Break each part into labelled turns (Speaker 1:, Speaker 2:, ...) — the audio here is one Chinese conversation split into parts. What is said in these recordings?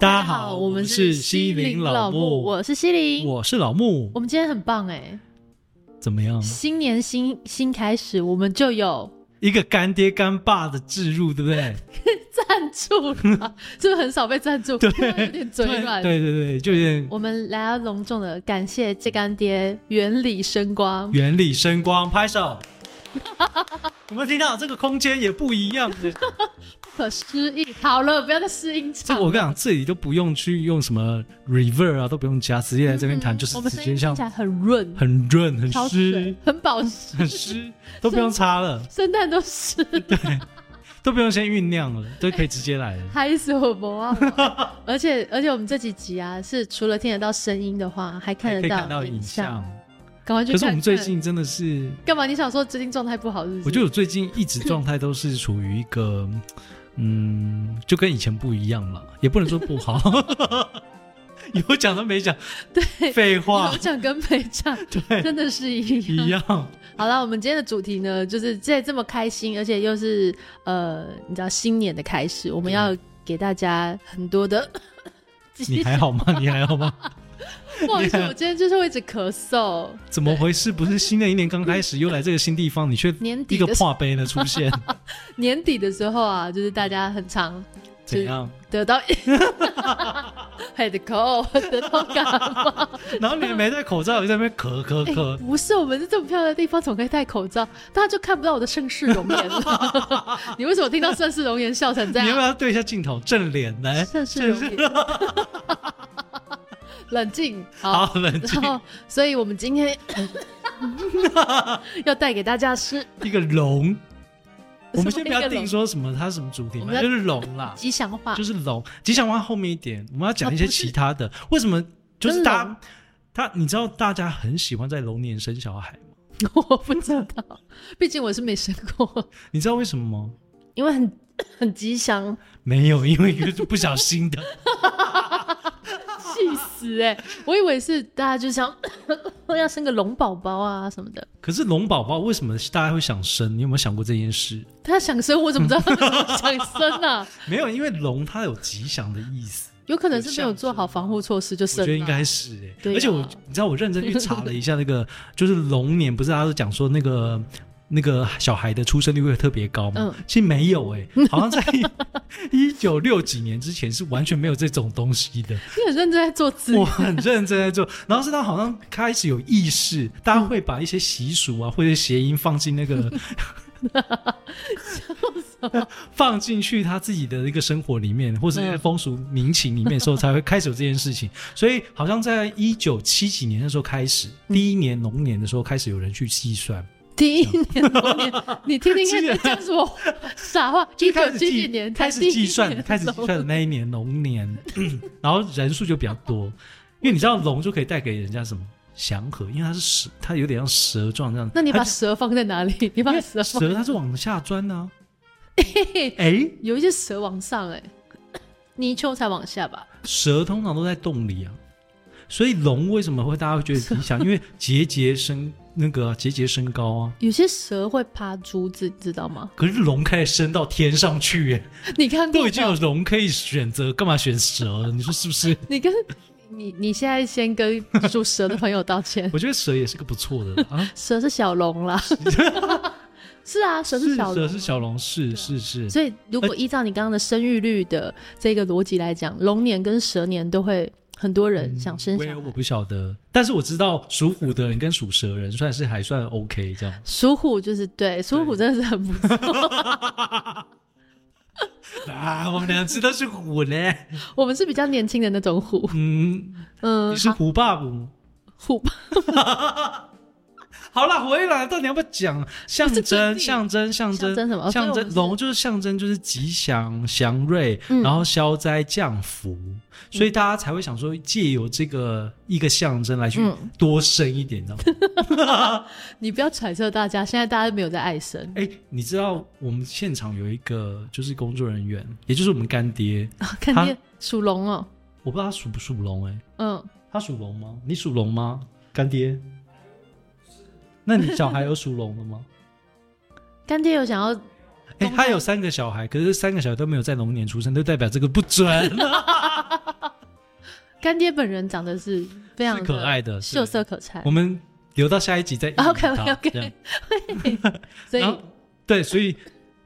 Speaker 1: 大家好，我们是西林老木，
Speaker 2: 我是西林，
Speaker 1: 我是老木。
Speaker 2: 我们今天很棒哎，
Speaker 1: 怎么样？
Speaker 2: 新年新新开始，我们就有
Speaker 1: 一个干爹干爸的置入，对不对？
Speaker 2: 赞助 了，是不是很少被赞助？
Speaker 1: 对
Speaker 2: 突然有点 嘴软。
Speaker 1: 对对对，就有点
Speaker 2: 我们来要隆重的感谢这干爹原理声光，
Speaker 1: 原理声光，拍手。 有没有听到？这个空间也不一 样的。
Speaker 2: 不可思议。好了，不要再试音
Speaker 1: 这
Speaker 2: 场
Speaker 1: 个我跟你讲，这里都不用去用什么 reverb 啊，都不用加，直接来这边弹，
Speaker 2: 嗯
Speaker 1: 就是
Speaker 2: 我们
Speaker 1: 直
Speaker 2: 声
Speaker 1: 接
Speaker 2: 音听
Speaker 1: 像
Speaker 2: 起来很润，
Speaker 1: 很润、很
Speaker 2: 超
Speaker 1: 湿
Speaker 2: 水、，很保湿，
Speaker 1: 很湿，都不用擦了，
Speaker 2: 圣诞都湿了，
Speaker 1: 都不用先酝酿了，都可以直接来了。
Speaker 2: 嗨死我不忘。 而且而且我们这几集啊，是除了听得到声音的话，还 看
Speaker 1: 还可
Speaker 2: 得
Speaker 1: 以看到
Speaker 2: 影
Speaker 1: 影像，
Speaker 2: 赶快去
Speaker 1: 可
Speaker 2: 看看。
Speaker 1: 是我们最近真的是
Speaker 2: 干嘛？你想说最近状态不好是不是？
Speaker 1: 我觉得我最近一直状态都是处于一个，嗯，就跟以前不一样了，也不能说不好， 有讲都没讲，对，废话
Speaker 2: 有，讲跟没讲
Speaker 1: 对，
Speaker 2: 真的是一样。
Speaker 1: 一样，
Speaker 2: 好了，我们今天的主题呢，就是在这么开心，而且又是呃，你知道新年的开始，我们要给大家很多的
Speaker 1: 你 还好吗？你还好吗？
Speaker 2: 不好意思，
Speaker 1: 你还
Speaker 2: 我今天就是会一直咳嗽。
Speaker 1: 怎么回事？不是新的一年刚开始又来这个新地方，你却
Speaker 2: 年
Speaker 1: 一
Speaker 2: 底
Speaker 1: 个
Speaker 2: 的时
Speaker 1: 跨杯呢出 现，
Speaker 2: 年底的时候啊，就是大家很常
Speaker 1: 怎样？
Speaker 2: 得到 head cold，得到感冒。
Speaker 1: 然后你还没戴口罩，你在那边咳咳
Speaker 2: 哎
Speaker 1: 咳，
Speaker 2: 不是，我们是这么漂亮的地方，怎么可以戴口罩？大家就看不到我的盛世容颜了。你为什么听到盛世容颜笑成这
Speaker 1: 你哎要不
Speaker 2: 样？
Speaker 1: 要对一下镜头正脸来？
Speaker 2: 盛世容颜，冷静，好。
Speaker 1: 好冷静
Speaker 2: 啊然，后，所以我们今天要带给大家是
Speaker 1: 一个龙。我们先不
Speaker 2: 一
Speaker 1: 要
Speaker 2: 个龙
Speaker 1: 定说什么它是什么主题
Speaker 2: 我
Speaker 1: 嘛，
Speaker 2: 们要
Speaker 1: 就是龙啦。
Speaker 2: 吉祥话，
Speaker 1: 就是龙，吉祥话后面一点，我们要讲一些
Speaker 2: 啊哦不是
Speaker 1: 其他的。为什么？就是
Speaker 2: 跟
Speaker 1: 大
Speaker 2: 龙
Speaker 1: 家，他，你知道大家很喜欢在龙年生小孩吗？
Speaker 2: 我不知道，毕竟我是没生过，
Speaker 1: 你知道为什么吗？
Speaker 2: 因为很很吉祥，
Speaker 1: 没有，因为一个是不小心 的，
Speaker 2: 气死哎、我以为是大家就想 要生个龙宝宝啊什么的，
Speaker 1: 可是龙宝宝为什么大家会想生？你有没有想过这件事？
Speaker 2: 他想生我怎么知道他怎么想生啊？
Speaker 1: 没有，因为龙它有吉祥的意思，
Speaker 2: 有可能是没有做好防护措施就
Speaker 1: 我
Speaker 2: 生啊
Speaker 1: 觉得
Speaker 2: 了，
Speaker 1: 应该是哎、
Speaker 2: 对啊
Speaker 1: 而且我，你知道我认真 去查了一下，那个就是龙年，不是大家都讲说那个。那个小孩的出生率会特别高吗？
Speaker 2: 嗯
Speaker 1: 其实没有哎、好像在 一九六几年之前是完全没有这种东西的。
Speaker 2: 你很认真在做资
Speaker 1: 我
Speaker 2: 源，
Speaker 1: 很认真在做， 然后是到好像开始有意识，大家会把一些习俗啊或者谐音放进那个放进去他自己的一个生活里面，或者是
Speaker 2: 嗯
Speaker 1: 风俗民情里面的时候，才会开始有这件事情。所以好像在一九七几年的时候开始，第一年龙年的时候开始有人去计算，
Speaker 2: 第一年 龙年，你听听看在讲什么 傻话？
Speaker 1: 就
Speaker 2: 一
Speaker 1: 是开
Speaker 2: 九
Speaker 1: 始
Speaker 2: 七
Speaker 1: 计
Speaker 2: 几年
Speaker 1: 开
Speaker 2: 才
Speaker 1: 始
Speaker 2: 第一
Speaker 1: 计算，
Speaker 2: 年
Speaker 1: 开始计
Speaker 2: 龙
Speaker 1: 算的那一年龙年，嗯然后人数就比较多，因为你知道龙就可以带给人家什么祥和，因为它是蛇，它有点像蛇状这样。
Speaker 2: 那你把
Speaker 1: 它就
Speaker 2: 蛇放在哪 里？你把蛇放，
Speaker 1: 蛇它是往下钻呢、
Speaker 2: 嘿嘿
Speaker 1: 哎、
Speaker 2: 有一些蛇往上哎、泥鳅才往下吧？
Speaker 1: 蛇通常都在洞里啊，所以龙为什么会大家会觉得吉 祥？因为节节升那个啊节节升高啊。
Speaker 2: 有些蛇会爬竹子，你知 道吗？
Speaker 1: 可是龙可以升到天上去耶，
Speaker 2: 你看过
Speaker 1: 都
Speaker 2: 没
Speaker 1: 已经
Speaker 2: 有
Speaker 1: 有龙可以选择，干嘛选蛇了？你说是不 是？，
Speaker 2: 你跟你你现在先跟属蛇的朋友道歉
Speaker 1: 我觉得蛇也是个不错的啊。
Speaker 2: 蛇是小龙啦。 是啊，蛇是小
Speaker 1: 蛇。
Speaker 2: 龙
Speaker 1: 是小龙，
Speaker 2: 啊
Speaker 1: 是是是，
Speaker 2: 所以，如果依照你刚刚的生育率的这个逻辑来讲，龙年跟蛇年都会很多
Speaker 1: 嗯
Speaker 2: 人想生
Speaker 1: 我
Speaker 2: 小
Speaker 1: 也我
Speaker 2: 孩。
Speaker 1: 不晓得，但是我知道属虎的人跟属蛇的人算是还算 OK 这样。
Speaker 2: 属虎就是对，属虎真的是很不错。
Speaker 1: 啊，我们两只都是虎嘞。
Speaker 2: 我们是比较年轻的那种虎，
Speaker 1: 嗯，
Speaker 2: 嗯
Speaker 1: 你，是虎爸虎吗。
Speaker 2: 虎
Speaker 1: 好了，回来，到底要不要讲象
Speaker 2: 不是真
Speaker 1: 征？
Speaker 2: 的
Speaker 1: 象征，象
Speaker 2: 象
Speaker 1: 征，
Speaker 2: 征什么？
Speaker 1: 象
Speaker 2: 所以我
Speaker 1: 征
Speaker 2: 们是
Speaker 1: 龙就是象征，就是吉祥、祥瑞，
Speaker 2: 嗯
Speaker 1: 然后消灾降福，所以大家才会想说借由这个一个象征来去
Speaker 2: 嗯
Speaker 1: 多生一点，你知道吗？
Speaker 2: 你不要揣测大家，现在大家没有在爱神，
Speaker 1: 哎，你知道我们现场有一个就是工作人员，也就是我们干爹，
Speaker 2: 肯
Speaker 1: 他
Speaker 2: 定属龙哦。
Speaker 1: 我不知道他属不属龙，哎，
Speaker 2: 嗯，
Speaker 1: 他属龙吗？你属龙吗？干爹？那你小孩有属龙的 吗？
Speaker 2: 干爹有想要
Speaker 1: 哎、
Speaker 2: 龙
Speaker 1: 他有三个小孩，可是三个小孩都没有在龙年出生，就代表这个不准。
Speaker 2: 干爹本人长得是 非常
Speaker 1: 是可爱的，是
Speaker 2: 秀色可餐
Speaker 1: 我。们留到下一集再一
Speaker 2: OK，OK，OK
Speaker 1: 这样
Speaker 2: 所以
Speaker 1: 然后对，所以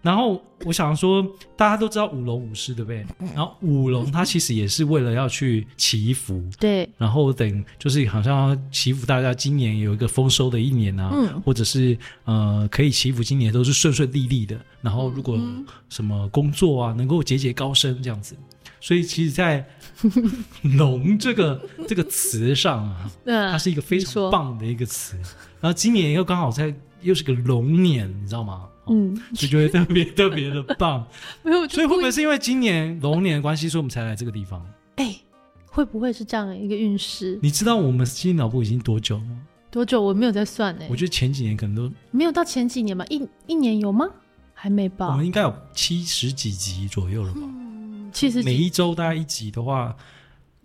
Speaker 1: 然后我想说，大家都知道舞龙舞狮，对不对？
Speaker 2: 嗯
Speaker 1: 然后舞龙它其实也是为了要去祈福，
Speaker 2: 对，
Speaker 1: 然后等就是好像要祈福大家今年有一个丰收的一年啊，
Speaker 2: 嗯
Speaker 1: 或者是呃可以祈福今年都是顺顺利利的，然后如果
Speaker 2: 嗯
Speaker 1: 什么工作啊能够节节高升这样子。所以其实，在 “龙”这个这个词上 啊，它
Speaker 2: 那
Speaker 1: 是一个非
Speaker 2: 你说
Speaker 1: 常棒的一个词。然后今年又刚好在又是个龙年，你知道吗？哦
Speaker 2: 嗯，
Speaker 1: 所以就会特别特别的棒。
Speaker 2: 没 有，就
Speaker 1: 所以会不
Speaker 2: 故
Speaker 1: 会
Speaker 2: 意
Speaker 1: 是因为今年龙年的关系，所以我们才来这个地方？
Speaker 2: 哎，会不会是这样一个运势？
Speaker 1: 你知道我们新脑部已经多久了吗？
Speaker 2: 多久？我没有在算呢
Speaker 1: 我，觉得前几年可能都，
Speaker 2: 没有到前几年吧，一一年有吗？还没
Speaker 1: 我
Speaker 2: 吧
Speaker 1: 们？应该有七十几集左右了吧？
Speaker 2: 嗯其实
Speaker 1: 每一周大概一集的话，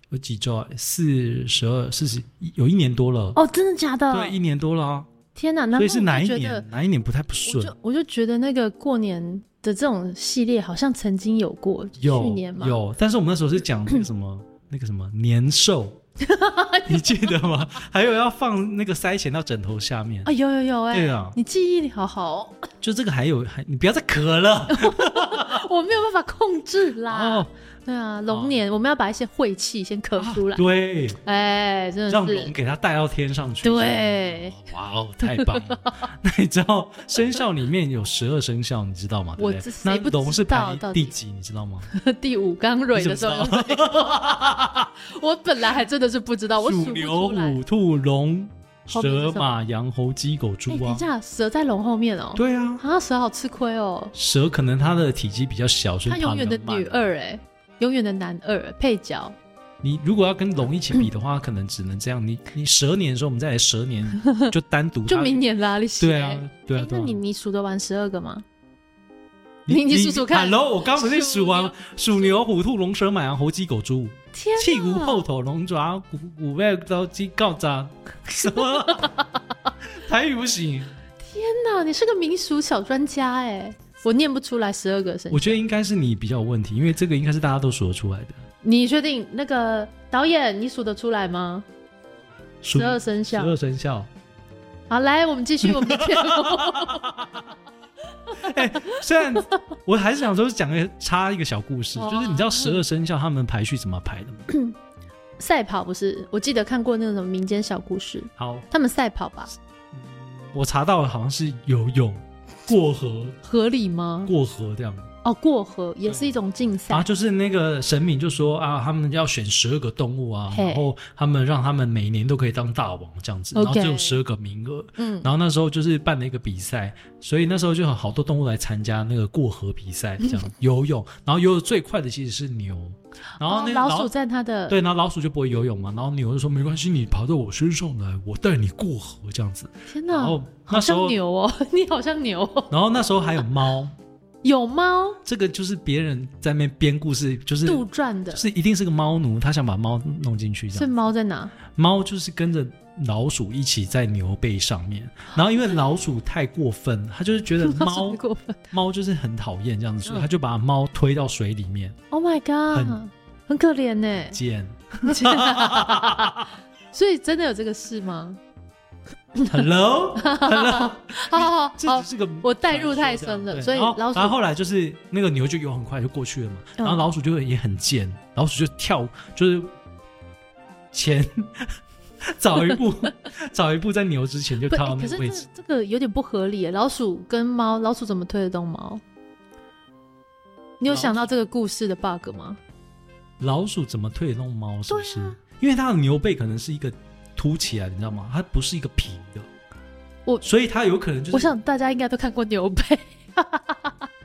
Speaker 1: 有几周啊？四十二、四十，有一年多了。
Speaker 2: 哦，真的假的
Speaker 1: 对，？一年多了啊。
Speaker 2: 天哪！然
Speaker 1: 所
Speaker 2: 后
Speaker 1: 以是哪一
Speaker 2: 我就觉得
Speaker 1: 年？哪一年不太不
Speaker 2: 我
Speaker 1: 顺？
Speaker 2: 就我就觉得那个过年的这种系列好像曾经有过，去
Speaker 1: 有
Speaker 2: 年嘛，
Speaker 1: 有，但是我们那时候是讲那个什 么那个什么年兽， 你记得吗？还有要放那个塞钱到枕头下面
Speaker 2: 啊，。有有有哎、
Speaker 1: 对啊，
Speaker 2: 你记忆力好好哦，
Speaker 1: 就这个还有还你不要再咳了
Speaker 2: 我没有办法控制 啦。
Speaker 1: 哦，
Speaker 2: 对啊，龙年、我们要把一些晦气先咳出来，
Speaker 1: 对，
Speaker 2: 哎、真
Speaker 1: 让
Speaker 2: 的
Speaker 1: 龙
Speaker 2: 是
Speaker 1: 给它带到天上去。
Speaker 2: 对
Speaker 1: 哦，哇哦，太棒 了！那你知道生肖里面有十二生肖，你知道吗？对
Speaker 2: 我
Speaker 1: 不
Speaker 2: 这
Speaker 1: 对？
Speaker 2: 谁
Speaker 1: 那
Speaker 2: 不知
Speaker 1: 龙是排
Speaker 2: 道到
Speaker 1: 第
Speaker 2: 底
Speaker 1: 几？你知道吗？
Speaker 2: 第五刚蕊的时候
Speaker 1: 你，怎么知道？
Speaker 2: 我本来还真的是不知道，我数
Speaker 1: 鼠、
Speaker 2: 不
Speaker 1: 牛、
Speaker 2: 出来。哎
Speaker 1: 虎、兔、龙、
Speaker 2: 后面是
Speaker 1: 蛇、
Speaker 2: 什么
Speaker 1: 马、羊、猴、鸡、狗、
Speaker 2: 哎、
Speaker 1: 猪
Speaker 2: 等
Speaker 1: 啊
Speaker 2: 一！下，蛇在龙后面哦，
Speaker 1: 对啊，
Speaker 2: 啊，蛇好吃亏哦，
Speaker 1: 蛇可能它的体积比较小，所以
Speaker 2: 它永远的
Speaker 1: 跑得
Speaker 2: 女
Speaker 1: 慢。啊
Speaker 2: 二哎、永远的男二配角，
Speaker 1: 你如果要跟龙一起比的话，可能只能这样。你你蛇年的时候，我们再来蛇 年，就单独
Speaker 2: 就
Speaker 1: 它
Speaker 2: 明年啦，你写
Speaker 1: 对啊，对啊
Speaker 2: 哎，
Speaker 1: 对
Speaker 2: 那
Speaker 1: 啊。
Speaker 2: 你你数得完十二个吗？你你数数看
Speaker 1: Hello，我刚不是数完
Speaker 2: 属
Speaker 1: 鼠、牛、
Speaker 2: 牛
Speaker 1: 虎、兔、龙、蛇、马、羊、猴、鸡、狗、猪，
Speaker 2: 天
Speaker 1: 气无后头，龙爪骨骨背刀鸡告 章，什么？台语不行，
Speaker 2: 哪，你是个民俗小专家哎！我念不出来十二个生
Speaker 1: 我
Speaker 2: 肖。
Speaker 1: 觉得应该是你比较有问题，因为这个应该是大家都数得出来的。
Speaker 2: 你确定那个导演你数得出来吗？
Speaker 1: 数
Speaker 2: 十二生
Speaker 1: 十
Speaker 2: 肖。
Speaker 1: 二生肖，
Speaker 2: 好，来，我们继续我们哦的节目。
Speaker 1: 虽然 我还是想说讲个插一个小故
Speaker 2: 哦
Speaker 1: 事，就是你知道十二生肖他们排序怎么排的吗？
Speaker 2: 赛跑不是？我记得看过那种民间小故事，
Speaker 1: 好，
Speaker 2: 他们赛跑吧，
Speaker 1: 我查到好像是游泳、过河、
Speaker 2: 合理吗？
Speaker 1: 过河这样。
Speaker 2: 哦，过河也是一种竞
Speaker 1: 然
Speaker 2: 赛
Speaker 1: 后。啊就是那个神明就说啊，他们要选十二个动物啊，
Speaker 2: 嘿
Speaker 1: 然后他们让他们每年都可以当大王这样子，然
Speaker 2: OK
Speaker 1: 后只有十二个名额。
Speaker 2: 嗯，
Speaker 1: 然后那时候就是办了一个比赛，所以那时候就有好多动物来参加那个过河比赛， 这样游泳。然后游的最快的其实是牛，然后那个
Speaker 2: 哦老鼠在它的
Speaker 1: 对，然后老鼠就不会游泳嘛，然后牛就说没关系，你爬到我身上来，我带你过河这样子。
Speaker 2: 天
Speaker 1: 然
Speaker 2: 哪，
Speaker 1: 后
Speaker 2: 嗯好
Speaker 1: 那时
Speaker 2: 像
Speaker 1: 候，
Speaker 2: 牛哦， 你好像牛哦，
Speaker 1: 然后那时候还有猫，
Speaker 2: 有猫
Speaker 1: 这个就是别人在那边编故事，就是
Speaker 2: 杜撰的，
Speaker 1: 是一定是个猫奴，他想把猫弄进去这
Speaker 2: 所以
Speaker 1: 样。
Speaker 2: 猫在哪？
Speaker 1: 猫就是跟着老鼠一起在牛背上面，然后因为老鼠太过分，他就是 觉得
Speaker 2: 老鼠
Speaker 1: 猫
Speaker 2: 太过分嗯
Speaker 1: 猫就是很讨厌这样子，所以他就把猫推到水里面。
Speaker 2: ，Oh my god，
Speaker 1: 很
Speaker 2: 很可 怜呢。
Speaker 1: 贱，
Speaker 2: 所以真的有这个事 吗？
Speaker 1: Hello，
Speaker 2: 好好
Speaker 1: 这
Speaker 2: 好
Speaker 1: 只，是个
Speaker 2: 我代入太深了
Speaker 1: 对
Speaker 2: 所以
Speaker 1: 然后
Speaker 2: 老鼠
Speaker 1: 然后后来就是那个牛就游很快就过去了嘛，
Speaker 2: 嗯
Speaker 1: 然后老鼠就也很贱，老鼠就跳就是前 早一步 早一步在牛之前就
Speaker 2: 不、
Speaker 1: 跳到
Speaker 2: 欸
Speaker 1: 那
Speaker 2: 可
Speaker 1: 个
Speaker 2: 是
Speaker 1: 位
Speaker 2: 这
Speaker 1: 置。
Speaker 2: 这个有点不合理耶。老鼠跟猫，老鼠怎么推得动猫？你有
Speaker 1: 老
Speaker 2: 想到这个故事的 bug 吗？
Speaker 1: 老鼠怎么推得动猫？是不是？
Speaker 2: 对啊
Speaker 1: 因为它的牛背可能是一个凸起来的，你知道吗？它不是一个平的，
Speaker 2: 我
Speaker 1: 所以它有可能就是
Speaker 2: 我想大家应该都看过牛背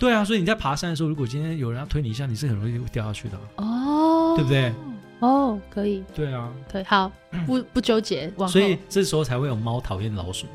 Speaker 1: 对啊。所以你在爬山的时候，如果今天有人要推你一下，你是很容易掉下去的啊、
Speaker 2: 哦，
Speaker 1: 对不？对？
Speaker 2: 哦，可以，
Speaker 1: 对啊，
Speaker 2: 可以，好，不不纠结，往后
Speaker 1: 所以这时候才会有猫讨厌老鼠，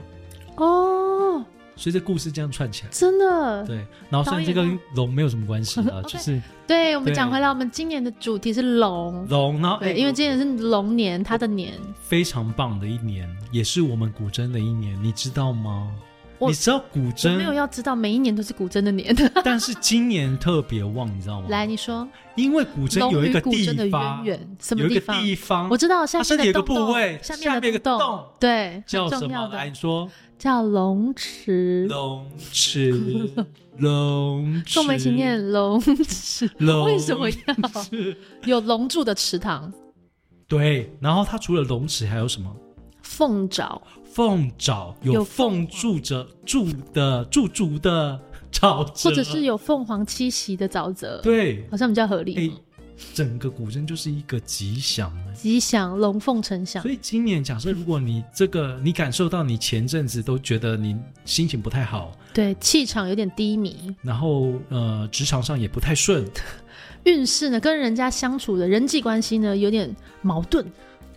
Speaker 2: 哦，
Speaker 1: 所以这故事这样串起来。
Speaker 2: 真的，
Speaker 1: 对，然后虽然这
Speaker 2: 导
Speaker 1: 跟
Speaker 2: 演
Speaker 1: 龙没有什么关系啊，
Speaker 2: OK
Speaker 1: 就是
Speaker 2: 对，我们
Speaker 1: 对
Speaker 2: 讲回来，我们今年的主题是龙，
Speaker 1: 龙，然后
Speaker 2: 对，
Speaker 1: 哎
Speaker 2: 因为今年是龙年，
Speaker 1: 哦
Speaker 2: 它的年，
Speaker 1: 非常棒的一年，也是我们古筝的一年，你知道吗？
Speaker 2: 我
Speaker 1: 你知道古
Speaker 2: 我没有
Speaker 1: 筝，
Speaker 2: 要知道每一年都是古筝的年。
Speaker 1: 但是今年特别旺，你知道吗？
Speaker 2: 来，你说
Speaker 1: 因为古筝
Speaker 2: 龙
Speaker 1: 有一
Speaker 2: 与
Speaker 1: 个
Speaker 2: 古筝的
Speaker 1: 地
Speaker 2: 渊
Speaker 1: 方，
Speaker 2: 源，什
Speaker 1: 有
Speaker 2: 么
Speaker 1: 一
Speaker 2: 地
Speaker 1: 个
Speaker 2: 方？
Speaker 1: 地方
Speaker 2: 我，知道下
Speaker 1: 它身
Speaker 2: 面
Speaker 1: 体有
Speaker 2: 的
Speaker 1: 一个
Speaker 2: 洞洞
Speaker 1: 部位，
Speaker 2: 下
Speaker 1: 下面有
Speaker 2: 的
Speaker 1: 个
Speaker 2: 洞，
Speaker 1: 洞，
Speaker 2: 对，很
Speaker 1: 叫什
Speaker 2: 重
Speaker 1: 么
Speaker 2: 要？
Speaker 1: 来，
Speaker 2: 的
Speaker 1: 你说。
Speaker 2: 叫龙池。
Speaker 1: 龙 池，龙池，
Speaker 2: 宋美琴念龙池，
Speaker 1: 龙，
Speaker 2: 为什么要 有龙柱的池塘？
Speaker 1: 对，然后它除了龙池还有什么？
Speaker 2: 凤爪
Speaker 1: 凤爪有
Speaker 2: 有
Speaker 1: 凤
Speaker 2: 凤
Speaker 1: 住着住的驻足的沼泽，
Speaker 2: 或者是有凤凰栖息的沼泽，
Speaker 1: 呃对，
Speaker 2: 好像比较合
Speaker 1: 哎
Speaker 2: 理。，
Speaker 1: 整个古筝就是一个吉祥。哎
Speaker 2: 吉祥龙凤呈祥
Speaker 1: 所，以今年假设如果你这个你感受到你前阵子都觉得你心情不太好，
Speaker 2: 对，气场有点低迷。
Speaker 1: 然后呃职场上也不太顺，
Speaker 2: 运势呢，跟人家相处的人际关系呢，有点矛盾，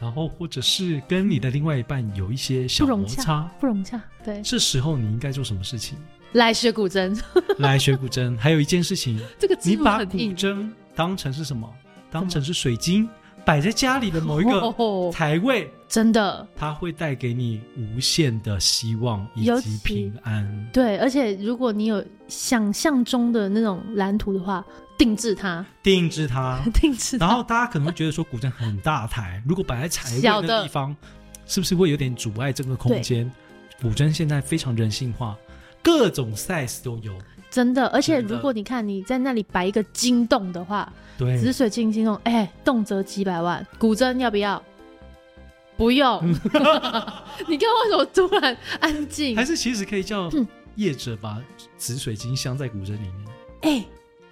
Speaker 1: 然后或者是跟你的另外一半有一些小
Speaker 2: 不
Speaker 1: 摩
Speaker 2: 融洽
Speaker 1: 擦，
Speaker 2: 不融洽。对，
Speaker 1: 这时候你应该做什么事情？
Speaker 2: 来学古筝，
Speaker 1: 来学古筝。还有一件事情，
Speaker 2: 这个
Speaker 1: 你
Speaker 2: 字幕
Speaker 1: 把
Speaker 2: 很
Speaker 1: 古
Speaker 2: 硬。
Speaker 1: 筝当成是什么？当成是水晶，摆在家里的某一个
Speaker 2: 哦，
Speaker 1: 财位，
Speaker 2: 真的
Speaker 1: 它会带给你无限的希望以
Speaker 2: 尤
Speaker 1: 及
Speaker 2: 其
Speaker 1: 平安。
Speaker 2: 对，而且如果你有想象中的那种蓝图的话，定制它，
Speaker 1: 定制它，
Speaker 2: 定 制
Speaker 1: 然
Speaker 2: 它，
Speaker 1: 后大家可能会觉得说古筝很大台，如果摆在财
Speaker 2: 小
Speaker 1: 位的
Speaker 2: 的
Speaker 1: 地方，是不是会有点阻碍这个空间？
Speaker 2: 嗯
Speaker 1: 古筝现在非常人性化，各种 size 都有。
Speaker 2: 真的。而且
Speaker 1: 真的
Speaker 2: 如果你看你在那里摆一个金洞的话，紫
Speaker 1: 对，
Speaker 2: 水晶晶洞，哎、动辄几百万，古筝要不要？不用。
Speaker 1: 嗯
Speaker 2: 你看为什么突然安静
Speaker 1: 还？是其实可以叫
Speaker 2: 嗯
Speaker 1: 业者把紫水晶镶在古筝里面。
Speaker 2: 哎、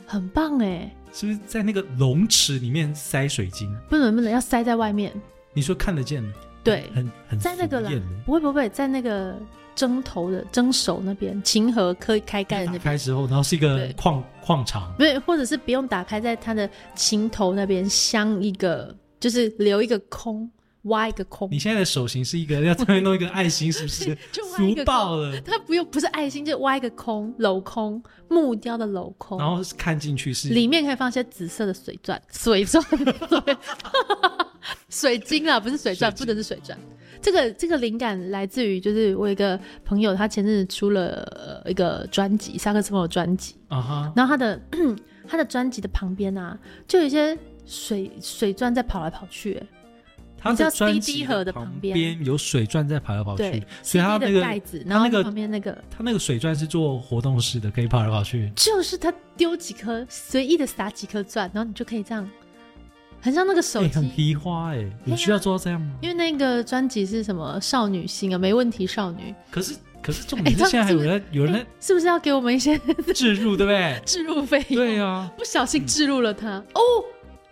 Speaker 2: 很棒哎、
Speaker 1: 是不是在那个龙池里面塞水晶？
Speaker 2: 不能不能，要塞在外面。
Speaker 1: 你说看得见吗？
Speaker 2: 对，
Speaker 1: 很很
Speaker 2: 嗯在那个啦
Speaker 1: 啦，
Speaker 2: 不会不会，在那个蒸头的蒸手那边，琴盒可以开盖的
Speaker 1: 打
Speaker 2: 那边，
Speaker 1: 开之后，然后是一个
Speaker 2: 对
Speaker 1: 矿矿场，
Speaker 2: 对，或者是不用打开，在它的琴头那边镶一个，就是留一个空，挖一个空
Speaker 1: 你，现在的手型是一个要这边弄一个爱心，是不是？
Speaker 2: 就挖一
Speaker 1: 俗
Speaker 2: 个
Speaker 1: 爆
Speaker 2: 空。
Speaker 1: 了。
Speaker 2: 它不用不是爱心，就挖一个空，镂空木雕的镂空，
Speaker 1: 然后看进去是
Speaker 2: 里面可以放一些紫色的水钻，水钻， 对水晶啊，不是水钻，
Speaker 1: 水晶
Speaker 2: 不能是水钻。这个这个灵感来自于，就是我有一个朋友，他前阵子出了呃一个专辑，萨克斯风的专辑，
Speaker 1: 啊哈，
Speaker 2: 然后他的 他的专辑的旁边啊，就有一些水水钻在跑来跑去、欸
Speaker 1: 它
Speaker 2: 你知
Speaker 1: 的
Speaker 2: 道
Speaker 1: 专辑
Speaker 2: CD 盒的
Speaker 1: 旁
Speaker 2: 旁
Speaker 1: 边有水钻在跑来跑
Speaker 2: 对
Speaker 1: 去，所以它
Speaker 2: CD
Speaker 1: 那
Speaker 2: 的盖
Speaker 1: 个
Speaker 2: 子，然后
Speaker 1: 那个
Speaker 2: 旁边那个
Speaker 1: 它那个水钻是做活动式的，可以跑来跑去。
Speaker 2: 就是他丢几颗，随意的撒几颗钻，然后你就可以这样，很像那个手
Speaker 1: 哎，
Speaker 2: 机
Speaker 1: 很皮花哎，有需要做到这样吗？
Speaker 2: 因为那个专辑是什么少女心啊，没问题少女，
Speaker 1: 可是可是重点
Speaker 2: 哎
Speaker 1: 是
Speaker 2: 这
Speaker 1: 现
Speaker 2: 样哎
Speaker 1: 在还有
Speaker 2: 是不
Speaker 1: 人在有人
Speaker 2: 是不是要给我们一些
Speaker 1: 在置入，
Speaker 2: ？
Speaker 1: 对不对
Speaker 2: 置入费？
Speaker 1: 对啊，
Speaker 2: 不小心置入了它、哦，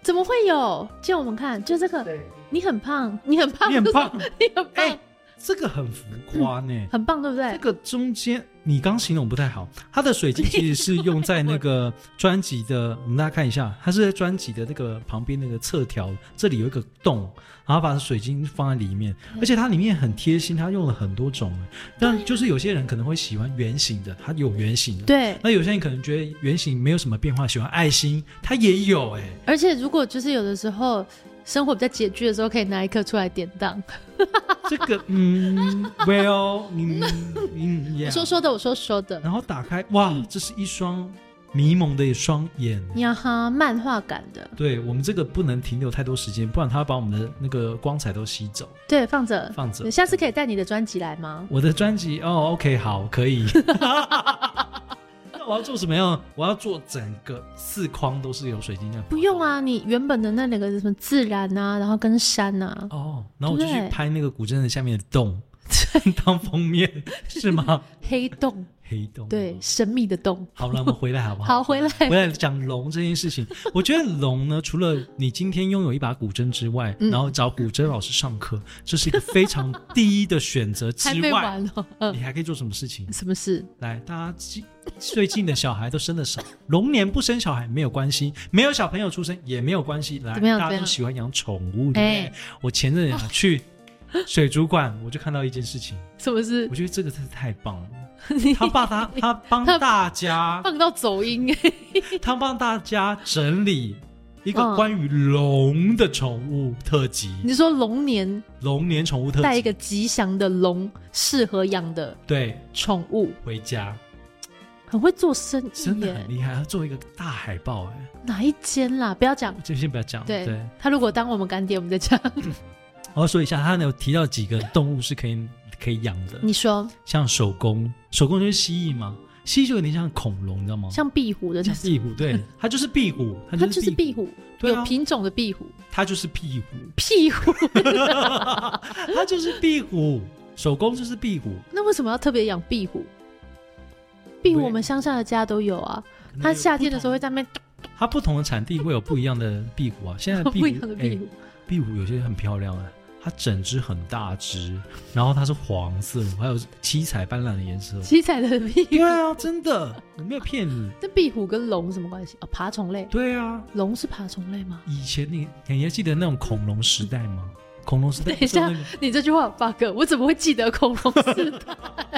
Speaker 2: 怎么会有？借我们看，就这个，你很胖，你很胖，
Speaker 1: 你 很胖，
Speaker 2: 你很胖，
Speaker 1: 哎这个很浮夸呢。
Speaker 2: 很棒，对不
Speaker 1: 这
Speaker 2: 对？
Speaker 1: 个中间你刚形容不太好，它的水晶其实是用在那 个专辑的，我们大家看一下，它是在专辑的那个旁边那个侧条，这里有一个洞，然后把水晶放在里面，
Speaker 2: 嗯
Speaker 1: 而且它里面很贴心，它用了很多种，
Speaker 2: 啊
Speaker 1: 但就是有些人可能会喜欢圆形的，它有圆形的。
Speaker 2: 对，
Speaker 1: 那有些人可能觉得圆形没有什么变化，喜欢爱心，它也有哎、
Speaker 2: 而且如果就是有的时候生活比较拮据的时候，可以拿一颗出来典当。
Speaker 1: 这个嗯，well，嗯嗯，
Speaker 2: 我
Speaker 1: yeah
Speaker 2: 说说的，我说说的，
Speaker 1: 然后打开，哇，这是一双迷蒙的一双眼。
Speaker 2: 呀哈，漫画感的，
Speaker 1: 对我们这个不能停留太多时间，不然它把我们的那个光彩都吸走。
Speaker 2: 对，放着，
Speaker 1: 放着
Speaker 2: 你下次可以带你的专辑来吗？
Speaker 1: 我的专辑哦，OK，好，可以。 那我要做什么样？我要做整个四框都是有水晶的。
Speaker 2: 不用。啊，你原本的那两个什么自然啊，然后跟山啊，
Speaker 1: 哦，然后我就去
Speaker 2: 对
Speaker 1: 拍那个古筝的下面的洞， 当封面是吗？
Speaker 2: 黑洞，
Speaker 1: 黑洞。
Speaker 2: 对，神秘的洞。
Speaker 1: 好了，我们回来好不
Speaker 2: 好，回来，
Speaker 1: 回来讲龙这件事情，我觉得龙呢，除了你今天拥有一把古筝之外，
Speaker 2: 嗯
Speaker 1: 然后找古筝老师上课，这是一个非常第一的选择之
Speaker 2: 还没
Speaker 1: 外，
Speaker 2: 完哦。嗯
Speaker 1: 你，还可以做什么事情？
Speaker 2: 什么事？
Speaker 1: 来，大家近最近的小孩都生的少， 龙年不生小孩没有关系，没有小朋友出生也没有关系。来，
Speaker 2: 怎么样
Speaker 1: 大家
Speaker 2: 怎么
Speaker 1: 都
Speaker 2: 样
Speaker 1: 喜欢养宠物，对不对？
Speaker 2: 哎
Speaker 1: 我前阵子啊去 水族馆，我就看到一件事情，
Speaker 2: 什么事
Speaker 1: 我？觉得这个真是太棒了。
Speaker 2: 你
Speaker 1: 他把他他帮
Speaker 2: 他
Speaker 1: 大家
Speaker 2: 放到走音哎，
Speaker 1: 他帮大家整理一个
Speaker 2: 嗯
Speaker 1: 关于龙的宠物特辑，
Speaker 2: 你说龙年
Speaker 1: 龙年宠物特
Speaker 2: 嗯带一
Speaker 1: 辑，
Speaker 2: 个吉祥的龙，适合养的
Speaker 1: 对，
Speaker 2: 宠物，
Speaker 1: 回家
Speaker 2: 很会做生
Speaker 1: 真
Speaker 2: 意
Speaker 1: 的很
Speaker 2: 耶。
Speaker 1: 厉害，他做一个大海报，哎，
Speaker 2: 哪一间啦？不要讲。
Speaker 1: 这先不要讲，
Speaker 2: 对
Speaker 1: 对，
Speaker 2: 他如果当我们干爹，我们 再讲。
Speaker 1: 我要说一下，他有提到几个动物是可以可以养的，
Speaker 2: 你说
Speaker 1: 像手工，手工就是蜥蜴嘛，蜥蜴就有点像恐龙，你知道吗？
Speaker 2: 像壁虎的那
Speaker 1: 像
Speaker 2: 种，
Speaker 1: 壁虎， 对，它就是壁虎，它
Speaker 2: 它
Speaker 1: 哦就
Speaker 2: 就是
Speaker 1: 是
Speaker 2: 壁
Speaker 1: 虎，
Speaker 2: 虎，
Speaker 1: 对
Speaker 2: 有
Speaker 1: 啊，
Speaker 2: 品种的壁虎，
Speaker 1: 它就是壁虎，
Speaker 2: 屁虎。
Speaker 1: 它就是壁虎，手工就是壁虎，
Speaker 2: 那为什么要特别养壁虎？壁虎
Speaker 1: 对
Speaker 2: 我们乡下的家都有啊，
Speaker 1: 可能
Speaker 2: 它
Speaker 1: 有
Speaker 2: 夏天
Speaker 1: 不
Speaker 2: 的时候会在那边
Speaker 1: 同，它不同的产地会有不一样的壁虎啊。现在壁
Speaker 2: 不一
Speaker 1: 虎
Speaker 2: 样的，壁
Speaker 1: 哎
Speaker 2: 虎，
Speaker 1: 壁虎有些很漂亮啊，它整只很大只，然后它是黄色，还有七彩斑斓的颜色。
Speaker 2: 七彩的 壁
Speaker 1: 对
Speaker 2: 虎。
Speaker 1: 啊，真的，我没有骗你。
Speaker 2: 那壁虎跟龙什么关系？哦，爬虫类，
Speaker 1: 对啊，
Speaker 2: 龙是爬虫类吗？
Speaker 1: 以前你你还记得那种恐龙时代吗？恐龙时代
Speaker 2: 等一下
Speaker 1: 不是有那
Speaker 2: 你这句话有 bug，我怎么会记得恐龙时代？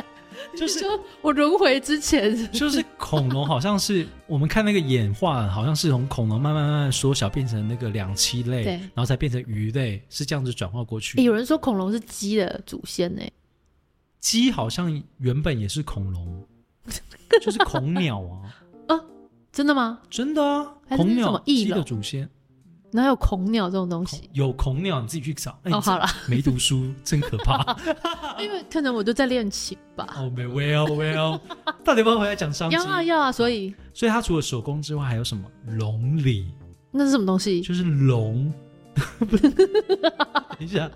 Speaker 1: 个就是
Speaker 2: 你说我轮回之前 是
Speaker 1: 就是恐龙，好像是我们看那个演化，好像是从恐龙慢慢慢慢缩小，变成那个两栖类，
Speaker 2: 对
Speaker 1: 然后才变成鱼类，是这样子转化过去。
Speaker 2: 欸有人说恐龙是鸡的祖先呢、
Speaker 1: 鸡好像原本也是恐 龙，就是恐鸟啊，
Speaker 2: 真的吗？
Speaker 1: 真的啊，
Speaker 2: 还是
Speaker 1: 恐
Speaker 2: 那是什
Speaker 1: 鸟
Speaker 2: 么翼
Speaker 1: 鸡
Speaker 2: 龙
Speaker 1: 的祖先
Speaker 2: 哪有恐鸟这种东西？
Speaker 1: 有恐鸟，你自己去找。哎、
Speaker 2: 哦，好了，
Speaker 1: 你没读书真可 怕。
Speaker 2: 因为可能我就在练琴吧。
Speaker 1: 哦，没 well well，到底要不要回来讲商机
Speaker 2: 要？啊要啊，所以
Speaker 1: 所以它除了手工之外，还有什么龙礼？
Speaker 2: 那是什么东西？
Speaker 1: 就是龙， 不是等一下，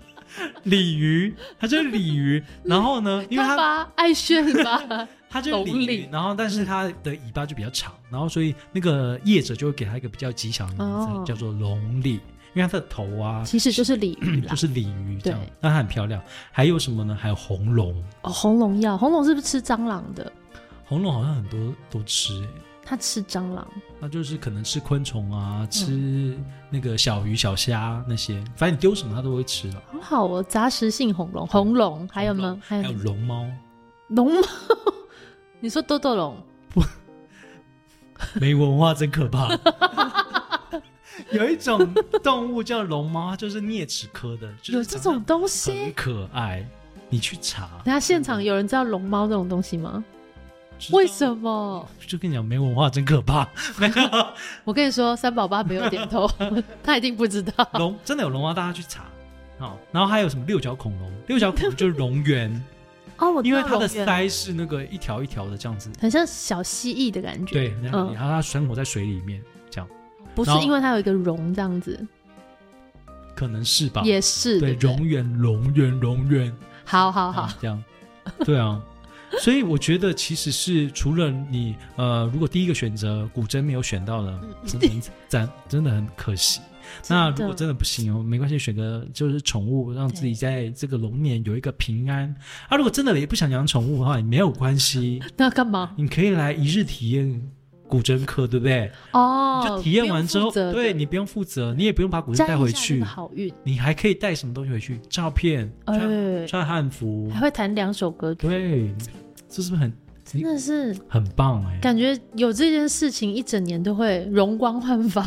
Speaker 1: 鲤鱼，它就是鲤鱼。然后 呢，因为
Speaker 2: 干
Speaker 1: 它
Speaker 2: 吧，爱炫吧，
Speaker 1: 它就是
Speaker 2: 龙
Speaker 1: 鲤
Speaker 2: 鳞
Speaker 1: 鱼，然后但是它的尾巴就比较长，然后所以那个业者就会给它一个比较吉祥的名字，
Speaker 2: 哦
Speaker 1: 叫做龙鲤，因为它的头啊
Speaker 2: 其实就是鲤鱼啦
Speaker 1: 就。是鲤鱼这样
Speaker 2: 对，
Speaker 1: 那它很漂亮。还有什么呢？还有红龙，
Speaker 2: 哦，红龙药，红龙是不是吃蟑螂的？
Speaker 1: 红龙好像很多都吃、欸。
Speaker 2: 它吃蟑螂，
Speaker 1: 那就是可能吃昆虫啊，
Speaker 2: 嗯
Speaker 1: 吃那个小鱼、小虾那些，反正你丢什么它都会吃啊了。
Speaker 2: 很好哦，杂食性红龙，红龙还有
Speaker 1: 红
Speaker 2: 呢
Speaker 1: 龙？
Speaker 2: 还
Speaker 1: 还有
Speaker 2: 有
Speaker 1: 龙猫，
Speaker 2: 龙猫， 你说豆豆龙？
Speaker 1: 没文化真可怕。有一种动物叫龙猫，它就是啮齿科的，就是
Speaker 2: 有这
Speaker 1: 长
Speaker 2: 种东
Speaker 1: 得很
Speaker 2: 西？
Speaker 1: 可爱。你去查，
Speaker 2: 等下现场有人知道龙猫这种东西吗？
Speaker 1: 知道
Speaker 2: 为什么？
Speaker 1: 就跟你讲，没文化真可怕。 没有
Speaker 2: 我跟你说，三宝爸没有点头， 他一定不知道。
Speaker 1: 龙真的有龙猫，大家去查。好，然后还有什么六角恐龙？六角恐龙就是蝾螈，
Speaker 2: 哦， 我知
Speaker 1: 因为
Speaker 2: 道
Speaker 1: 它的
Speaker 2: 龙源
Speaker 1: 鳃是那个一条一条的这样子。
Speaker 2: 很像小蜥蜴的感觉，
Speaker 1: 对，然后
Speaker 2: 嗯
Speaker 1: 它生活在水里面，
Speaker 2: 不是
Speaker 1: 然后
Speaker 2: 因为它有一个绒这样子，
Speaker 1: 可能是吧？
Speaker 2: 也是
Speaker 1: 对，
Speaker 2: 不
Speaker 1: 蝾螈、龙螈、蝾螈。
Speaker 2: 好好好
Speaker 1: 啊，，这 样，对啊，所以我觉得其实是除了你呃，如果第一个选择古筝没有选到了，
Speaker 2: 嗯
Speaker 1: 真的很 赞，真的很可惜。那如果真的不行哦，没关系，选个就是宠物，让自己在这个龙年有一个平安。啊，如果真的也不想养宠物的话，也没有关 系，
Speaker 2: 那干嘛？
Speaker 1: 你可以来一日体验古筝课，对不对？
Speaker 2: 哦，
Speaker 1: 你就体验完之后，
Speaker 2: 不用负责
Speaker 1: 对你不用负责，你也不用把古筝
Speaker 2: 沾一
Speaker 1: 带回
Speaker 2: 下那
Speaker 1: 去
Speaker 2: 个，好运，
Speaker 1: 你还可以带什么东西回去？照片、穿
Speaker 2: 哎，
Speaker 1: 穿汉服，
Speaker 2: 还会弹两首歌，
Speaker 1: 对，这是不是很
Speaker 2: 真的是
Speaker 1: 很棒哎、
Speaker 2: 感觉有这件事情一整年都会容光焕发，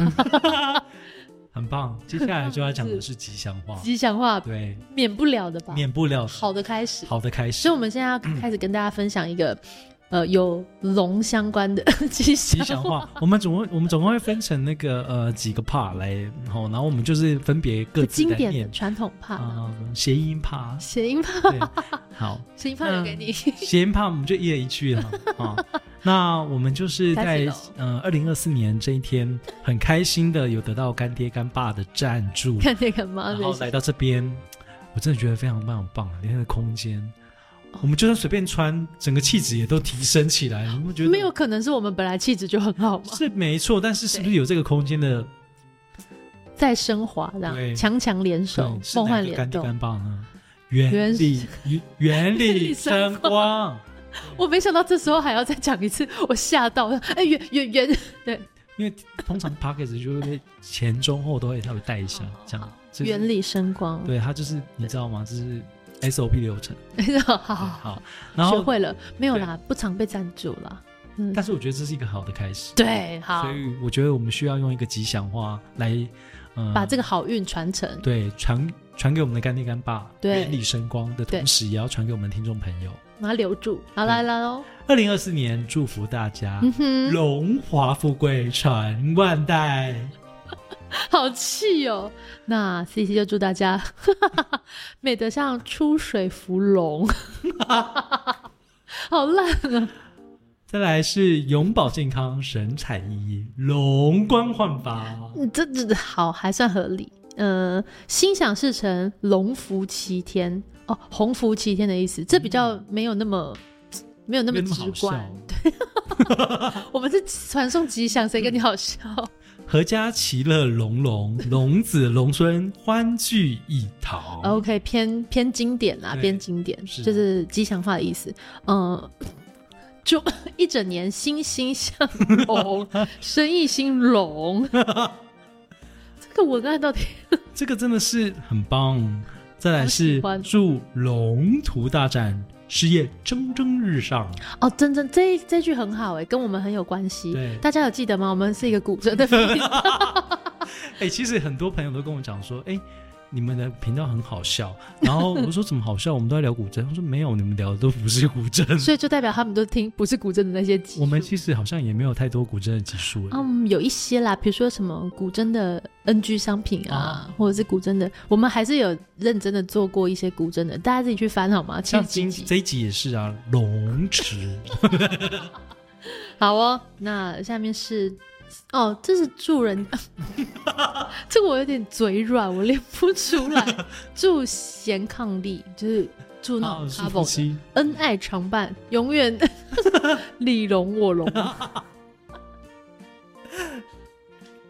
Speaker 1: 很棒。接下来就要讲的是吉祥 话，
Speaker 2: 吉祥话
Speaker 1: 对，
Speaker 2: 免不了的吧？
Speaker 1: 啊免不了
Speaker 2: 好的开始，
Speaker 1: 好的开
Speaker 2: 所以
Speaker 1: 始。
Speaker 2: 我们现在要开始跟大家分享一个 呃有龙相关的 吉
Speaker 1: 吉
Speaker 2: 祥
Speaker 1: 祥
Speaker 2: 话。
Speaker 1: 话，我们总共我们总共会分成那个呃几个 part 来，然后然后我们就是分别各自
Speaker 2: 经
Speaker 1: 来
Speaker 2: 典的
Speaker 1: 念
Speaker 2: 传统怕呢，
Speaker 1: 啊、谐音 part，
Speaker 2: 谐音怕，
Speaker 1: 啊 对，好，
Speaker 2: 谐音怕
Speaker 1: 嗯
Speaker 2: 留给你。
Speaker 1: 谐音 part 我们就一人一句了啊。那我们就是
Speaker 2: 开始
Speaker 1: 在
Speaker 2: 喽
Speaker 1: 呃二零二四年这一天，很开心的有得到干爹干爸的赞助，
Speaker 2: 看那个妈
Speaker 1: 然
Speaker 2: 的
Speaker 1: 后，来到这边，我真的觉得非常非常棒，里面的空间，
Speaker 2: 哦
Speaker 1: 我们就算随便穿，整个气质也都提升起来，你不觉得？
Speaker 2: 没有可能是我们本来气质就很好嘛，
Speaker 1: 是没错，但是是不是有这个空间的
Speaker 2: 再升华这
Speaker 1: 嗯
Speaker 2: 样，
Speaker 1: 对
Speaker 2: 强强联手
Speaker 1: 对，是
Speaker 2: 梦
Speaker 1: 哪
Speaker 2: 幻
Speaker 1: 个干
Speaker 2: 联
Speaker 1: 爹
Speaker 2: 动。
Speaker 1: 干爸呢？原理 原理生光，
Speaker 2: 我没想到这时候还要再讲一次，我吓到了。哎，圆圆圆，
Speaker 1: 因为通常 p a c k a g e 就会前中后都会稍微带一下，这样就是
Speaker 2: 哦原理生光。
Speaker 1: 对它就是你知道吗？这是 SOP 流程。
Speaker 2: 好
Speaker 1: 对
Speaker 2: 好好，
Speaker 1: 好，然
Speaker 2: 学
Speaker 1: 后
Speaker 2: 会了没有啦？不常被赞助啦。嗯
Speaker 1: 但是我觉得这是一个好的开始，
Speaker 2: 对，好
Speaker 1: 所，以我觉得我们需要用一个吉祥话来，呃，
Speaker 2: 把这个好运传承。
Speaker 1: 对传传给我们的干爹干爸，
Speaker 2: 对
Speaker 1: 远离声光的同时，也要传给我们的听众朋友。
Speaker 2: 把它留住。好来来哦喽，
Speaker 1: 二零二四年，祝福大家、
Speaker 2: 嗯哼，
Speaker 1: 荣华富贵传万代。
Speaker 2: 好气哦。那 C C 就祝大家 美得像出水芙蓉， 好烂啊！
Speaker 1: 再来是永保健康，神采奕奕，容光焕发。
Speaker 2: 嗯这这好还算合理。呃，心想事成，龙福齐天哦，鸿福齐天的意思，这比较没有那么。嗯没有那
Speaker 1: 没
Speaker 2: 么
Speaker 1: 那么
Speaker 2: 直
Speaker 1: 好
Speaker 2: 观
Speaker 1: 笑，
Speaker 2: 对，我们是传送吉祥，谁跟你好笑？
Speaker 1: 阖家其乐融融，龙子龙孙欢聚一堂。
Speaker 2: OK，偏偏经典啦，
Speaker 1: 哦对
Speaker 2: 偏经典，
Speaker 1: 是
Speaker 2: 就是吉祥话的意思。嗯，就一整年欣欣向荣，生意 兴隆。这个文案到底
Speaker 1: 这个真的是很棒。再来
Speaker 2: 好喜
Speaker 1: 是
Speaker 2: 欢
Speaker 1: 祝龙图大展，事业蒸蒸日上。
Speaker 2: 哦，真真这这句很好哎，跟我们很有关系
Speaker 1: 对。
Speaker 2: 大家有记得吗？我们是一个古筝的
Speaker 1: 哎、其实很多朋友都跟我讲说，哎、你们的频道很好笑。然后我说怎么好笑？我们都在聊古筝。他说没有，你们聊的都不是古 筝。
Speaker 2: 所以就代表他们都听不是古筝的那些集数。
Speaker 1: 我们其实好像也没有太多古筝的集数、哎
Speaker 2: 嗯，有一些啦，比如说什么古筝的 NG 商品啊，或者是古筝的，我们还是有认真的做过一些古筝的，大家自己去翻 好吗？七
Speaker 1: 像
Speaker 2: 十几
Speaker 1: 今
Speaker 2: 集
Speaker 1: 这一集也是啊，龙池
Speaker 2: 好哦，那下面是哦，这是祝人， 这个我有点嘴软，我念不 出来。祝贤伉俪，就是祝那
Speaker 1: 啊，
Speaker 2: 种
Speaker 1: 是
Speaker 2: couple
Speaker 1: 夫妻。
Speaker 2: 恩爱常伴，永远 你荣我 荣。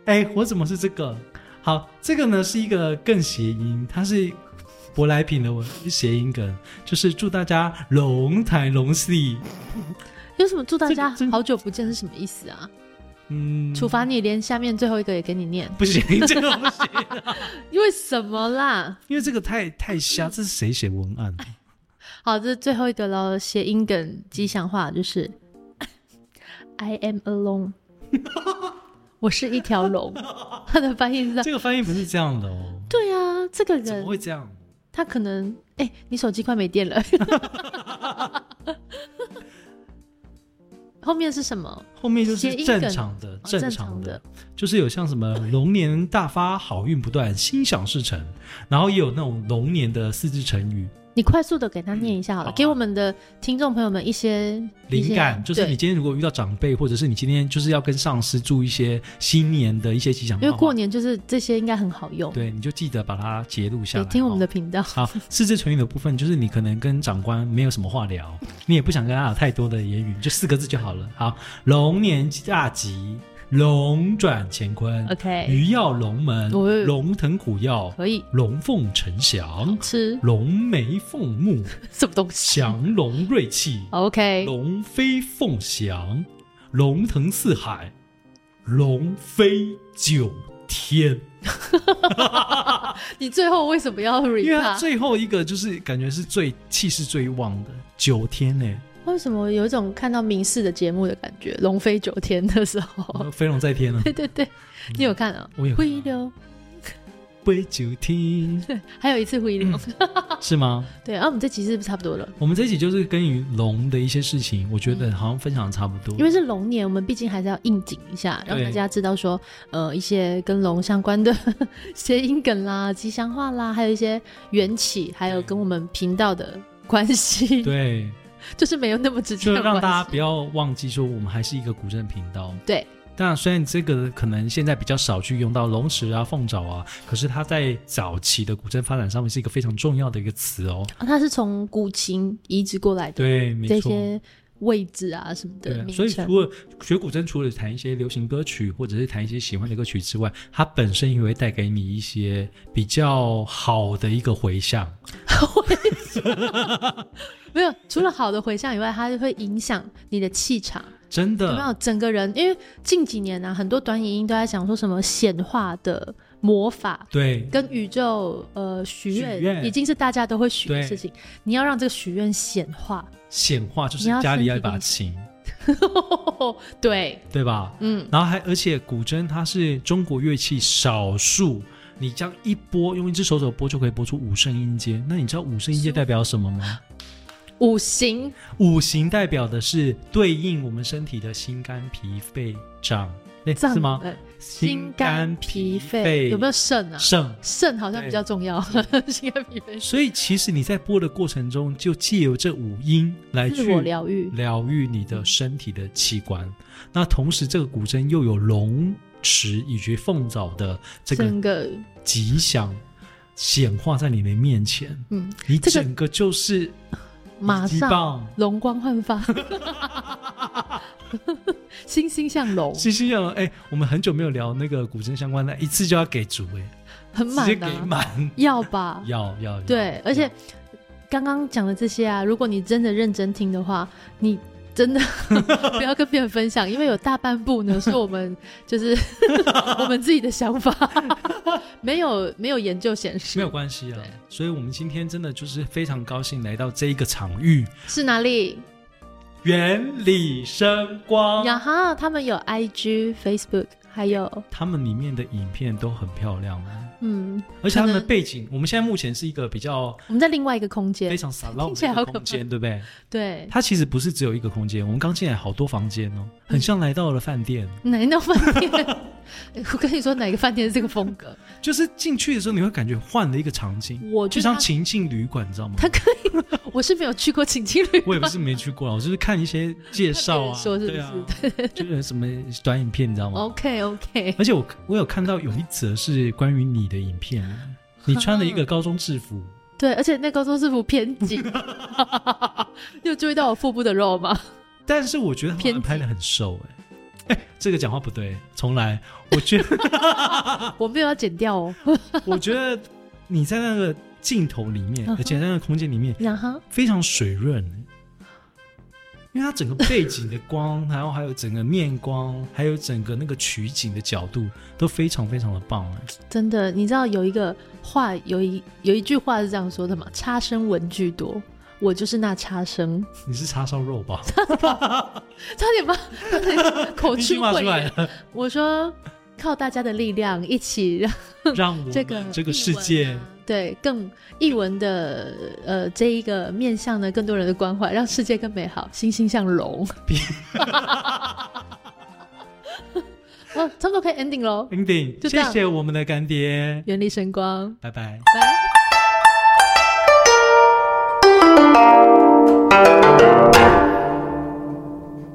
Speaker 1: 哎、我怎么是这个？好，这个呢是一个更谐音，它是舶来品的文谐音梗，就是祝大家龙台龙戏。
Speaker 2: 有什么祝大
Speaker 1: 这个
Speaker 2: 家
Speaker 1: 真
Speaker 2: 好久不见是什么意思啊？
Speaker 1: 嗯，
Speaker 2: 处罚你连下面最后一个也给你念，
Speaker 1: 不行，这个不行，
Speaker 2: 因为什么啦？
Speaker 1: 因为这个太太瞎。这是谁写文 案？
Speaker 2: 好，这是最后一个喽，谐音梗吉祥话就是 I am alone，我是一条龙。 它的翻译是这样。
Speaker 1: 这个翻译不是这样的哦，
Speaker 2: 对啊，这个
Speaker 1: 怎
Speaker 2: 人
Speaker 1: 么会这样？
Speaker 2: 他可能哎、你手机快没电了。 后面是什么？
Speaker 1: 后面就是
Speaker 2: 谐音梗
Speaker 1: 正常的，
Speaker 2: 哦正
Speaker 1: 正
Speaker 2: 常
Speaker 1: 常
Speaker 2: 的
Speaker 1: 的，就是有像什么龙年大发，好运不断，心想事成，然后也有那种龙年的四字成语，
Speaker 2: 你快速的给他念一下好了，
Speaker 1: 好啊
Speaker 2: 给我们的听众朋友们一些一
Speaker 1: 灵
Speaker 2: 些
Speaker 1: 感，就是你
Speaker 2: 对
Speaker 1: 今天如果遇到长辈，或者是你今天就是要跟上司祝一些新年的一些吉祥话，
Speaker 2: 因为过年就是这些应该很好用。
Speaker 1: 对，你就记得把它截录下
Speaker 2: 也
Speaker 1: 来。
Speaker 2: 听我们
Speaker 1: 的
Speaker 2: 的频道，
Speaker 1: 好，四字成语的部分，就是你可能跟长官没有什么话 聊，你也不想跟他有太多的言语，就四个字就好了。好，龙年大吉，龙转乾坤
Speaker 2: OK，
Speaker 1: 鱼跃龙门
Speaker 2: 我，呃
Speaker 1: 龙腾虎跃，
Speaker 2: 可以
Speaker 1: 龙凤呈祥，
Speaker 2: 吃
Speaker 1: 龙眉凤 目，
Speaker 2: 什么东西
Speaker 1: 祥龙瑞气。
Speaker 2: ？OK，
Speaker 1: 龙飞凤翔，龙腾四海，龙飞九天。
Speaker 2: 你最后为什么要
Speaker 1: 因
Speaker 2: re
Speaker 1: 为它
Speaker 2: 他？
Speaker 1: 最后一个就是感觉是最气势最旺的九天呢、
Speaker 2: 为什么有一种看到明视的节目的感觉？龙飞九天的时候，
Speaker 1: 欸，飞龙在 天呢、啊，
Speaker 2: 对对对，你有看啊？
Speaker 1: 我有看
Speaker 2: 回流，
Speaker 1: 飞九天
Speaker 2: 还有一次回流，
Speaker 1: 嗯是吗？
Speaker 2: 对，啊，我们这集是不是差不多了？
Speaker 1: 我们这一集就是跟于龙的一些事情，我觉得好像分享得差不多。
Speaker 2: 因为是龙年，我们毕竟还是要应景一下，让
Speaker 1: 对
Speaker 2: 大家知道说，呃，一些跟龙相关的 谐音梗啦、吉祥话啦，还有一些缘起，还有
Speaker 1: 对
Speaker 2: 跟我们频道的关系，
Speaker 1: 对，
Speaker 2: 就是没有那么直接
Speaker 1: 就
Speaker 2: 的关
Speaker 1: 让
Speaker 2: 系。
Speaker 1: 大家不要忘记说，我们还是一个古镇频道。
Speaker 2: 对，
Speaker 1: 当然，虽然这个可能现在比较少去用到龙石啊、凤爪啊，可是它在早期的古镇发展上面是一个非常重要的一个词哦。
Speaker 2: 啊它是从古琴移植过来的
Speaker 1: 对，没
Speaker 2: 这
Speaker 1: 错。
Speaker 2: 些位置啊什么
Speaker 1: 对
Speaker 2: 的
Speaker 1: 啊，
Speaker 2: 名
Speaker 1: 所以
Speaker 2: 称。
Speaker 1: 除了学古筝，除了弹一些流行歌曲或者是弹一些喜欢的歌曲之外，它本身也会带给你一些比较好的一个回响。
Speaker 2: 没有，除了好的回向以外，它就会影响你的气场，
Speaker 1: 真
Speaker 2: 有没有
Speaker 1: 的，？
Speaker 2: 整个人，因为近几年啊，很多短影音都在讲说什么显化的魔法。
Speaker 1: 对
Speaker 2: 跟宇宙呃许愿
Speaker 1: 许愿
Speaker 2: 已经是大家都会许的
Speaker 1: 对
Speaker 2: 事情，你要让这个许愿显化，
Speaker 1: 显化就是
Speaker 2: 你要
Speaker 1: 家里
Speaker 2: 身
Speaker 1: 要一
Speaker 2: 体
Speaker 1: 把
Speaker 2: 力
Speaker 1: 琴，
Speaker 2: 对，
Speaker 1: 对吧？
Speaker 2: 嗯，
Speaker 1: 然后还而且古筝它是中国乐器少数，你这样一拨，用一只手指头拨就可以拨出五声音阶。那你知道五声音阶代表什么吗？
Speaker 2: 五行
Speaker 1: 五行代表的是对应我们身体的心、肝、脾、肺、脏，那
Speaker 2: 脏
Speaker 1: 是吗？？
Speaker 2: 呃
Speaker 1: 心
Speaker 2: 心
Speaker 1: 肝
Speaker 2: 肝
Speaker 1: 脾
Speaker 2: 脾
Speaker 1: 肺
Speaker 2: 肺有没有肾啊？
Speaker 1: 肾。
Speaker 2: 肾好像比较重要， 心肝脾肺。
Speaker 1: 所以其实你在播的过程中，就借由这五音来
Speaker 2: 自
Speaker 1: 去
Speaker 2: 我疗愈，
Speaker 1: 疗愈你的身体的器官。那同时，这个古筝又有龙池以及凤爪的这个
Speaker 2: 整个
Speaker 1: 吉祥显化在你的面前，
Speaker 2: 嗯，
Speaker 1: 你
Speaker 2: 这个
Speaker 1: 整个就是
Speaker 2: 马
Speaker 1: 一级
Speaker 2: 上
Speaker 1: 棒。
Speaker 2: 容光焕 发，欣欣向荣，
Speaker 1: 其实要哎，我们很久没有聊那个古筝相关的，一次就要给足哎，
Speaker 2: 很
Speaker 1: 直接
Speaker 2: 满
Speaker 1: 给
Speaker 2: 啊，
Speaker 1: 满，
Speaker 2: 要吧？
Speaker 1: 要要
Speaker 2: 对，而且
Speaker 1: 要
Speaker 2: 刚刚讲的这些啊，如果你真的认真听的话，你 真的不要跟别人分享，因为有大半部呢是我们 就是 我们自己的想法， 没有没有研究显示，
Speaker 1: 没有关系啊
Speaker 2: 对。
Speaker 1: 所以我们今天真的就是非常高兴来到这一个场域，
Speaker 2: 是哪里？
Speaker 1: 原理声光，
Speaker 2: 呀哈，他们有 IG、Facebook，还有
Speaker 1: 他们里面的影片都很漂亮啊，
Speaker 2: 嗯，
Speaker 1: 而且他们的
Speaker 2: 可能
Speaker 1: 背景，我们现在目前是一个比较
Speaker 2: 我们在另外一个空
Speaker 1: 非
Speaker 2: 间，
Speaker 1: 常散落
Speaker 2: 听起来
Speaker 1: 的
Speaker 2: 好可怕
Speaker 1: 空间，对不对？
Speaker 2: 对，
Speaker 1: 它其实不是只有一个空间，我们刚进来好多房间哦，
Speaker 2: 嗯
Speaker 1: 很像来到了饭店。
Speaker 2: 哪一道饭店？ 我跟你说，哪个饭店是这个风格？
Speaker 1: 就是进去的时候，你会感觉换了一个场景，
Speaker 2: 我
Speaker 1: 就
Speaker 2: 觉
Speaker 1: 像
Speaker 2: 得
Speaker 1: 情境旅馆，你知道吗？
Speaker 2: 他可以，我是没有去过情境旅
Speaker 1: 我也不是没去过啊，我就是看一些介绍啊，
Speaker 2: 看别
Speaker 1: 对
Speaker 2: 人
Speaker 1: 啊
Speaker 2: 说，
Speaker 1: 就是什么短影片，你知道吗？
Speaker 2: OK OK，
Speaker 1: 而且我我有看到有一则是关于你的影片，你穿了一个高中制服，
Speaker 2: 对，而且那高中制服偏 紧，你有注意到我腹部的肉吗？
Speaker 1: 但是我觉得他
Speaker 2: 偏
Speaker 1: 们
Speaker 2: 激
Speaker 1: 拍的很瘦哎、 哎这个讲话不对，重来。我觉得
Speaker 2: 我没有要剪掉哦。
Speaker 1: 我觉得你在那个镜头里面，
Speaker 2: 嗯哼
Speaker 1: 而且在那个空间里面
Speaker 2: 然后
Speaker 1: 非常水润，因为它整个背景的光， 然后还有整个面光，还有整个那个取景的角度都非常非常的棒哎、
Speaker 2: 真的，你知道有一个话，有一有一句话是这样说的嘛：“差生文具多，我就是那差生。
Speaker 1: 你是叉烧肉 吧？”
Speaker 2: 差点把差点口
Speaker 1: 已
Speaker 2: 出
Speaker 1: 经骂
Speaker 2: 秽
Speaker 1: 出来
Speaker 2: 言。
Speaker 1: 了，
Speaker 2: 我说，靠大家的力量一起让
Speaker 1: 让我们
Speaker 2: 嗯这个
Speaker 1: 这个
Speaker 2: 译
Speaker 1: 世
Speaker 2: 文
Speaker 1: 界。
Speaker 2: 啊对更译文的呃这一个面向呢，更多人的关怀，让世界更美好，欣欣向荣。 哦，差不多可以 ending 喽，
Speaker 1: ending，
Speaker 2: 就这
Speaker 1: 谢
Speaker 2: 样
Speaker 1: 谢我们的干爹，
Speaker 2: 原力神 光，
Speaker 1: 拜拜。
Speaker 2: 拜。